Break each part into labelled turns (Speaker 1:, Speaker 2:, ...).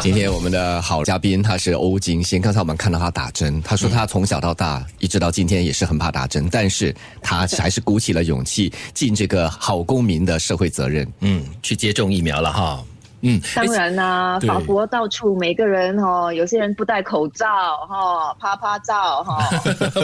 Speaker 1: 今天我们的好嘉宾他是欧金星，刚才我们看到他打针，他说他从小到大、一直到今天也是很怕打针，但是他还是鼓起了勇气尽这个好公民的社会责任。
Speaker 2: 嗯，去接种疫苗了哈。 嗯，
Speaker 3: 当
Speaker 4: 哎
Speaker 3: 然啦、
Speaker 2: 对
Speaker 3: 法国到处每个人哦，有些人不戴口罩哈、啪啪照 哈、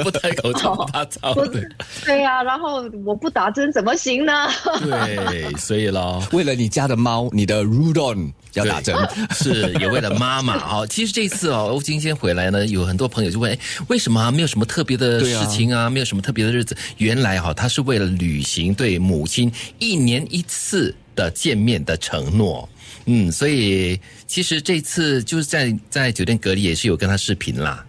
Speaker 2: 不戴口罩怕操
Speaker 3: 不
Speaker 2: 对，
Speaker 3: 对呀、然后我不打针怎么行呢？
Speaker 2: 对，所以咯。
Speaker 1: 为了你家的猫，你的 Rudon 要打针，
Speaker 2: 是也为了妈妈哦。 其实这次哦，欧金先回来呢，有很多朋友就问，哎，为什么啊、没有什么特别的
Speaker 1: 对啊
Speaker 2: 事情啊？没有什么特别的日子？原来哈、哦，他是为了履行对母亲一年一次的见面的承诺。嗯，所以其实这次就是在在酒店隔离也是有跟他视频啦。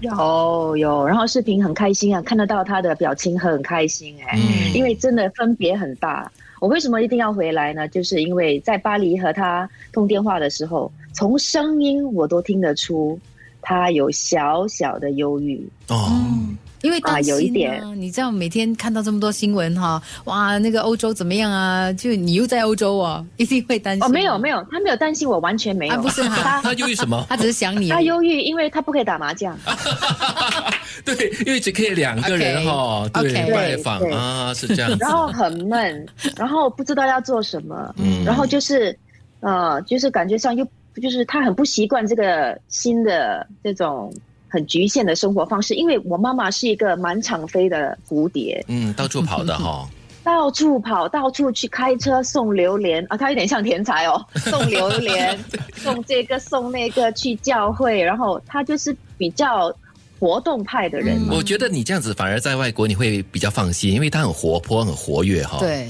Speaker 3: 有有，然后视频很开心啊，看得到他的表情很开心哎、
Speaker 2: 嗯
Speaker 3: 因为真的分别很大。我为什么一定要回来呢？就是因为在巴黎和他通电话的时候，从声音我都听得出他有小小的忧郁。
Speaker 2: 哦，
Speaker 4: 嗯，因为担
Speaker 3: 啊有一
Speaker 4: 心
Speaker 3: 点
Speaker 4: 啊，你知道每天看到这么多新闻哈，哇，那个欧洲怎么样啊？就你又在欧洲哦， 一定会担心。
Speaker 3: 哦，没有没有，他没有担心我，完全没有。
Speaker 4: 啊不是哈
Speaker 3: 他
Speaker 2: 他忧郁什么？
Speaker 4: 他只是想你而
Speaker 3: 他
Speaker 4: 已。
Speaker 3: 忧郁，因为他不可以打麻将。
Speaker 2: 对，因为只可以两个人
Speaker 4: OK，
Speaker 2: 哈、哦，对
Speaker 4: OK
Speaker 2: 拜访
Speaker 3: 对对
Speaker 2: 啊，是这样子
Speaker 3: 然。后很闷，然后不知道要做什么，
Speaker 2: 嗯
Speaker 3: 然后就是，呃，就是感觉上又就是他很不习惯这个新的这种很局限的生活方式，因为我妈妈是一个满场飞的蝴蝶，
Speaker 2: 嗯，到处跑的哈、
Speaker 3: 到处跑，到处去开车送榴莲啊，她有点像天才哦，送榴莲，送这个送那个去教会，然后她就是比较活动派的人，
Speaker 4: 嗯
Speaker 2: 我觉得你这样子反而在外国你会比较放心，因为他很活泼、很活跃哈。，
Speaker 4: 对，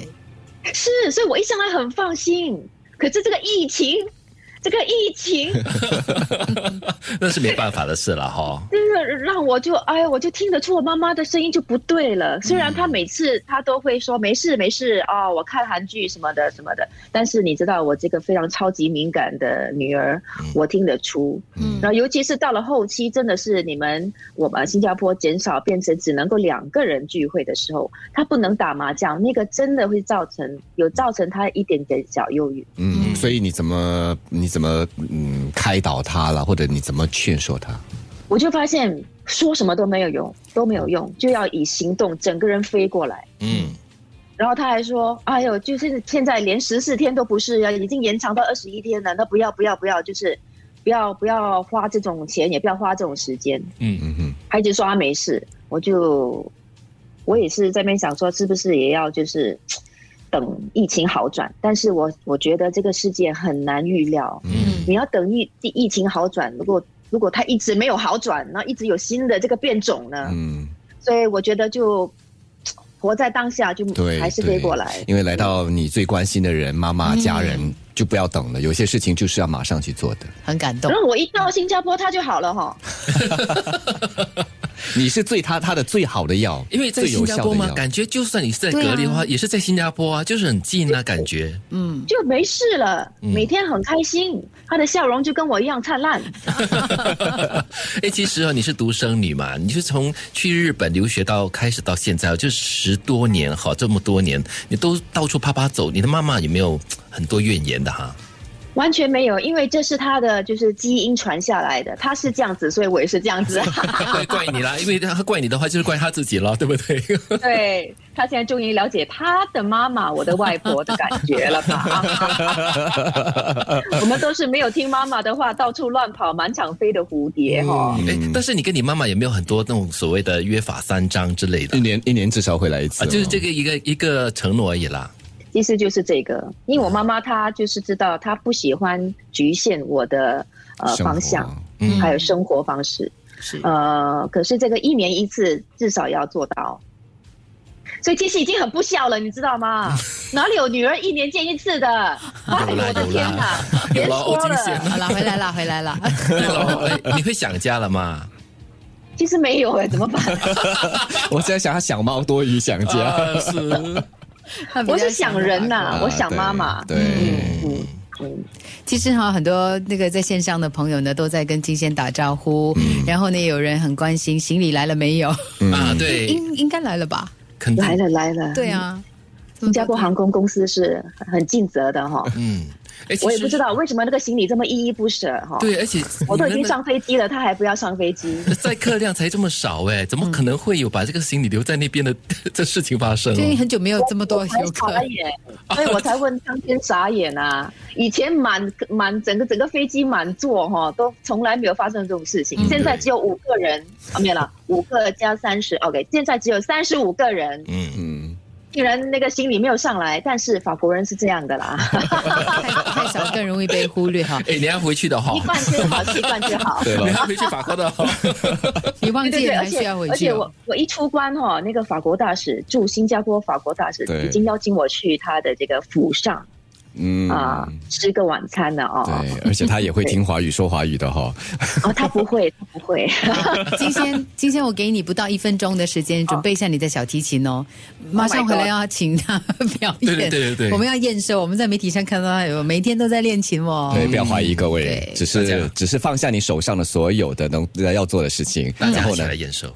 Speaker 3: 是，所以我一向来很放心。可是这个疫情，这个疫情，
Speaker 2: 那是没办法的事了 哈。
Speaker 3: 就是让我就哎，我就听得出我妈妈的声音就不对了。虽然她每次她都会说没事没事啊、我看韩剧什么的什么的，但是你知道我这个非常超级敏感的女儿，我听得出。
Speaker 4: 嗯，
Speaker 3: 然后尤其是到了后期，真的是你们我们新加坡减少变成只能够两个人聚会的时候，她不能打麻将，那个真的会造成有造成她一点点小忧郁。
Speaker 1: 嗯，
Speaker 2: 嗯
Speaker 1: 所以你怎么你怎么嗯开导他了，或者你怎么劝说他？
Speaker 3: 我就发现说什么都没有用，都没有用，就要以行动，整个人飞过来。
Speaker 2: 嗯，
Speaker 3: 然后他还说：“哎呦，就是现在连十四天都不是啊，已经延长到二十一天了，那不要不要不要，就是不要不要花这种钱，也不要花这种时间。”
Speaker 1: 嗯哼，
Speaker 3: 他一直说他没事，我就我也是在那边想说，是不是也要就是等疫情好转？但是我我觉得这个世界很难预料，
Speaker 1: 嗯
Speaker 3: 你要等疫疫情好转，如果如果它一直没有好转，然后一直有新的这个变种呢？
Speaker 1: 嗯。
Speaker 3: 所以我觉得就呃活在当下，就
Speaker 1: 对，
Speaker 3: 还是
Speaker 1: 对
Speaker 3: 飞过来。
Speaker 1: 因为来到你最关心的人，妈妈、
Speaker 4: 嗯
Speaker 1: 家人，就不要等了。有些事情就是要马上去做的。
Speaker 4: 很感动
Speaker 3: 然。后我一到新加坡，他就好了哈。
Speaker 1: 你是最他他的最好的药，
Speaker 2: 因为在
Speaker 1: 最有
Speaker 2: 新加坡
Speaker 1: 效的
Speaker 2: 嘛，
Speaker 1: 药
Speaker 2: 感觉就算你是在隔离的话，
Speaker 4: 对啊
Speaker 2: 也是在新加坡啊，就是很近啊，感觉。
Speaker 4: 嗯，
Speaker 3: 就没事了，
Speaker 2: 嗯
Speaker 3: 每天很开心，他的笑容就跟我一样灿烂。
Speaker 2: 哎，其实啊，你是独生女嘛，你是从去日本留学到开始到现在，就十多年哈，这么多年，你都到处啪啪走，你的妈妈有没有很多怨言的哈？
Speaker 3: 完全没有，因为这是他的就是基因传下来的，他是这样子，所以我也是这 样子。
Speaker 2: 怪怪你啦，因为她怪你的话，就是怪她自己了，对不对？
Speaker 3: 对他现在终于了解他的妈妈，我的外婆的感觉了吧？我们都是没有听妈妈的话，到处乱跑，满场飞的蝴蝶哈、
Speaker 1: 嗯
Speaker 2: 哎，但是你跟你妈妈有没有很多那种所谓的约法三章之类的
Speaker 1: 一？年一年至少会来一次、
Speaker 2: 啊，就是这
Speaker 1: 个。
Speaker 2: 个一个一个承诺而已 啦。
Speaker 3: 其实就是这个，因为我妈妈她就是知道她不喜欢局限我的呃
Speaker 1: 生活
Speaker 3: 方向，
Speaker 2: 嗯
Speaker 3: 还有生活方式。
Speaker 4: 是
Speaker 3: 呃，可是这个一年一次，至少要做到。所以其实已经很不孝了，你知道 吗？哪里有女儿一年见一次的？哎
Speaker 2: 有啦
Speaker 3: 我的
Speaker 2: 有
Speaker 3: 天
Speaker 2: 啦
Speaker 3: 哪！
Speaker 2: 有
Speaker 3: 别
Speaker 2: 啦
Speaker 3: 说
Speaker 2: 欧金
Speaker 3: 了
Speaker 2: 线，
Speaker 4: 好了，回来了，回 来了。
Speaker 2: 对了，哎你会想家了嘛？
Speaker 3: 其实没有哎、怎么办？
Speaker 1: 我现在想，他想猫多于想家。
Speaker 2: 啊是，
Speaker 4: 他比较
Speaker 3: 我是想人呐、
Speaker 1: 啊
Speaker 3: 我想妈妈。
Speaker 1: 对，
Speaker 3: 嗯嗯，
Speaker 4: 其实哈，很多那个在线上的朋友呢，都在跟金仙打招呼，然后呢，有人很关心行李来了没有，
Speaker 1: 嗯
Speaker 2: 啊，对，
Speaker 4: 应应该来了吧？
Speaker 2: 肯定
Speaker 3: 来了来了。
Speaker 4: 对，啊，
Speaker 3: 新加坡航空公司是很尽责的哈、
Speaker 2: 嗯。哎，其
Speaker 3: 我也
Speaker 2: 实
Speaker 3: 不知。道为什么那个行李这么依依不舍哈。
Speaker 2: 对，而且
Speaker 3: 我都已
Speaker 2: 你
Speaker 3: 经
Speaker 2: 们
Speaker 3: 上飞机了，他还不要上飞机。
Speaker 2: 那载客量才这么少哎，怎么可能会有把这个行李留在那边的 这事情发生、
Speaker 4: 最近
Speaker 2: 哦？
Speaker 4: 很久没有 这么多
Speaker 3: 我才
Speaker 4: 游客
Speaker 3: 傻眼，所以我才问当天傻眼啊！ 以前满满整个整个飞机满座哈，都从来没有发生这种事情
Speaker 2: 嗯。
Speaker 3: 现在只有五个人，啊没有了，五个加三十，OK，现在只有三十五个人，
Speaker 2: 嗯，
Speaker 1: 嗯，
Speaker 3: 竟然那个行李没有上来，但是法国人是这样的 啦，
Speaker 4: 太太 少更容易被忽略哈。
Speaker 2: 哎，你要回去的哈、
Speaker 3: 一贯之好，一贯之 好。
Speaker 1: 对
Speaker 2: 你
Speaker 1: 了，
Speaker 2: 要回去法国的哈、
Speaker 4: 你忘
Speaker 3: 对对
Speaker 4: 记
Speaker 3: 对，
Speaker 4: 了
Speaker 3: 而
Speaker 4: 还需
Speaker 3: 且
Speaker 4: 要回
Speaker 3: 而
Speaker 4: 去
Speaker 3: 且
Speaker 4: 哦
Speaker 3: 我。我一出关哈、那个法国大使驻新加坡法国大使
Speaker 1: 对
Speaker 3: 已经邀请我去他的这个府上
Speaker 1: 嗯
Speaker 3: 啊、吃个晚餐了哦。
Speaker 1: 对，而且他也会听华语，说华语的哈、
Speaker 3: 哦，他不会，他不会。
Speaker 4: 今 天今天我给你不到一分钟的时间，准备一下你的小提琴哦，马上回来要请他表演。
Speaker 2: 对 Oh 对对对对
Speaker 4: 我们要验收，我们在媒体上看到他有每天都在练琴哦。
Speaker 1: 对，不要怀疑各位
Speaker 4: 对，
Speaker 1: 只
Speaker 2: 大
Speaker 1: 是
Speaker 2: 家
Speaker 1: 只是放下你手上的所有的能要做的事情，
Speaker 2: 大
Speaker 1: 然
Speaker 2: 家一
Speaker 1: 后
Speaker 2: 起
Speaker 1: 呢
Speaker 2: 来，验收。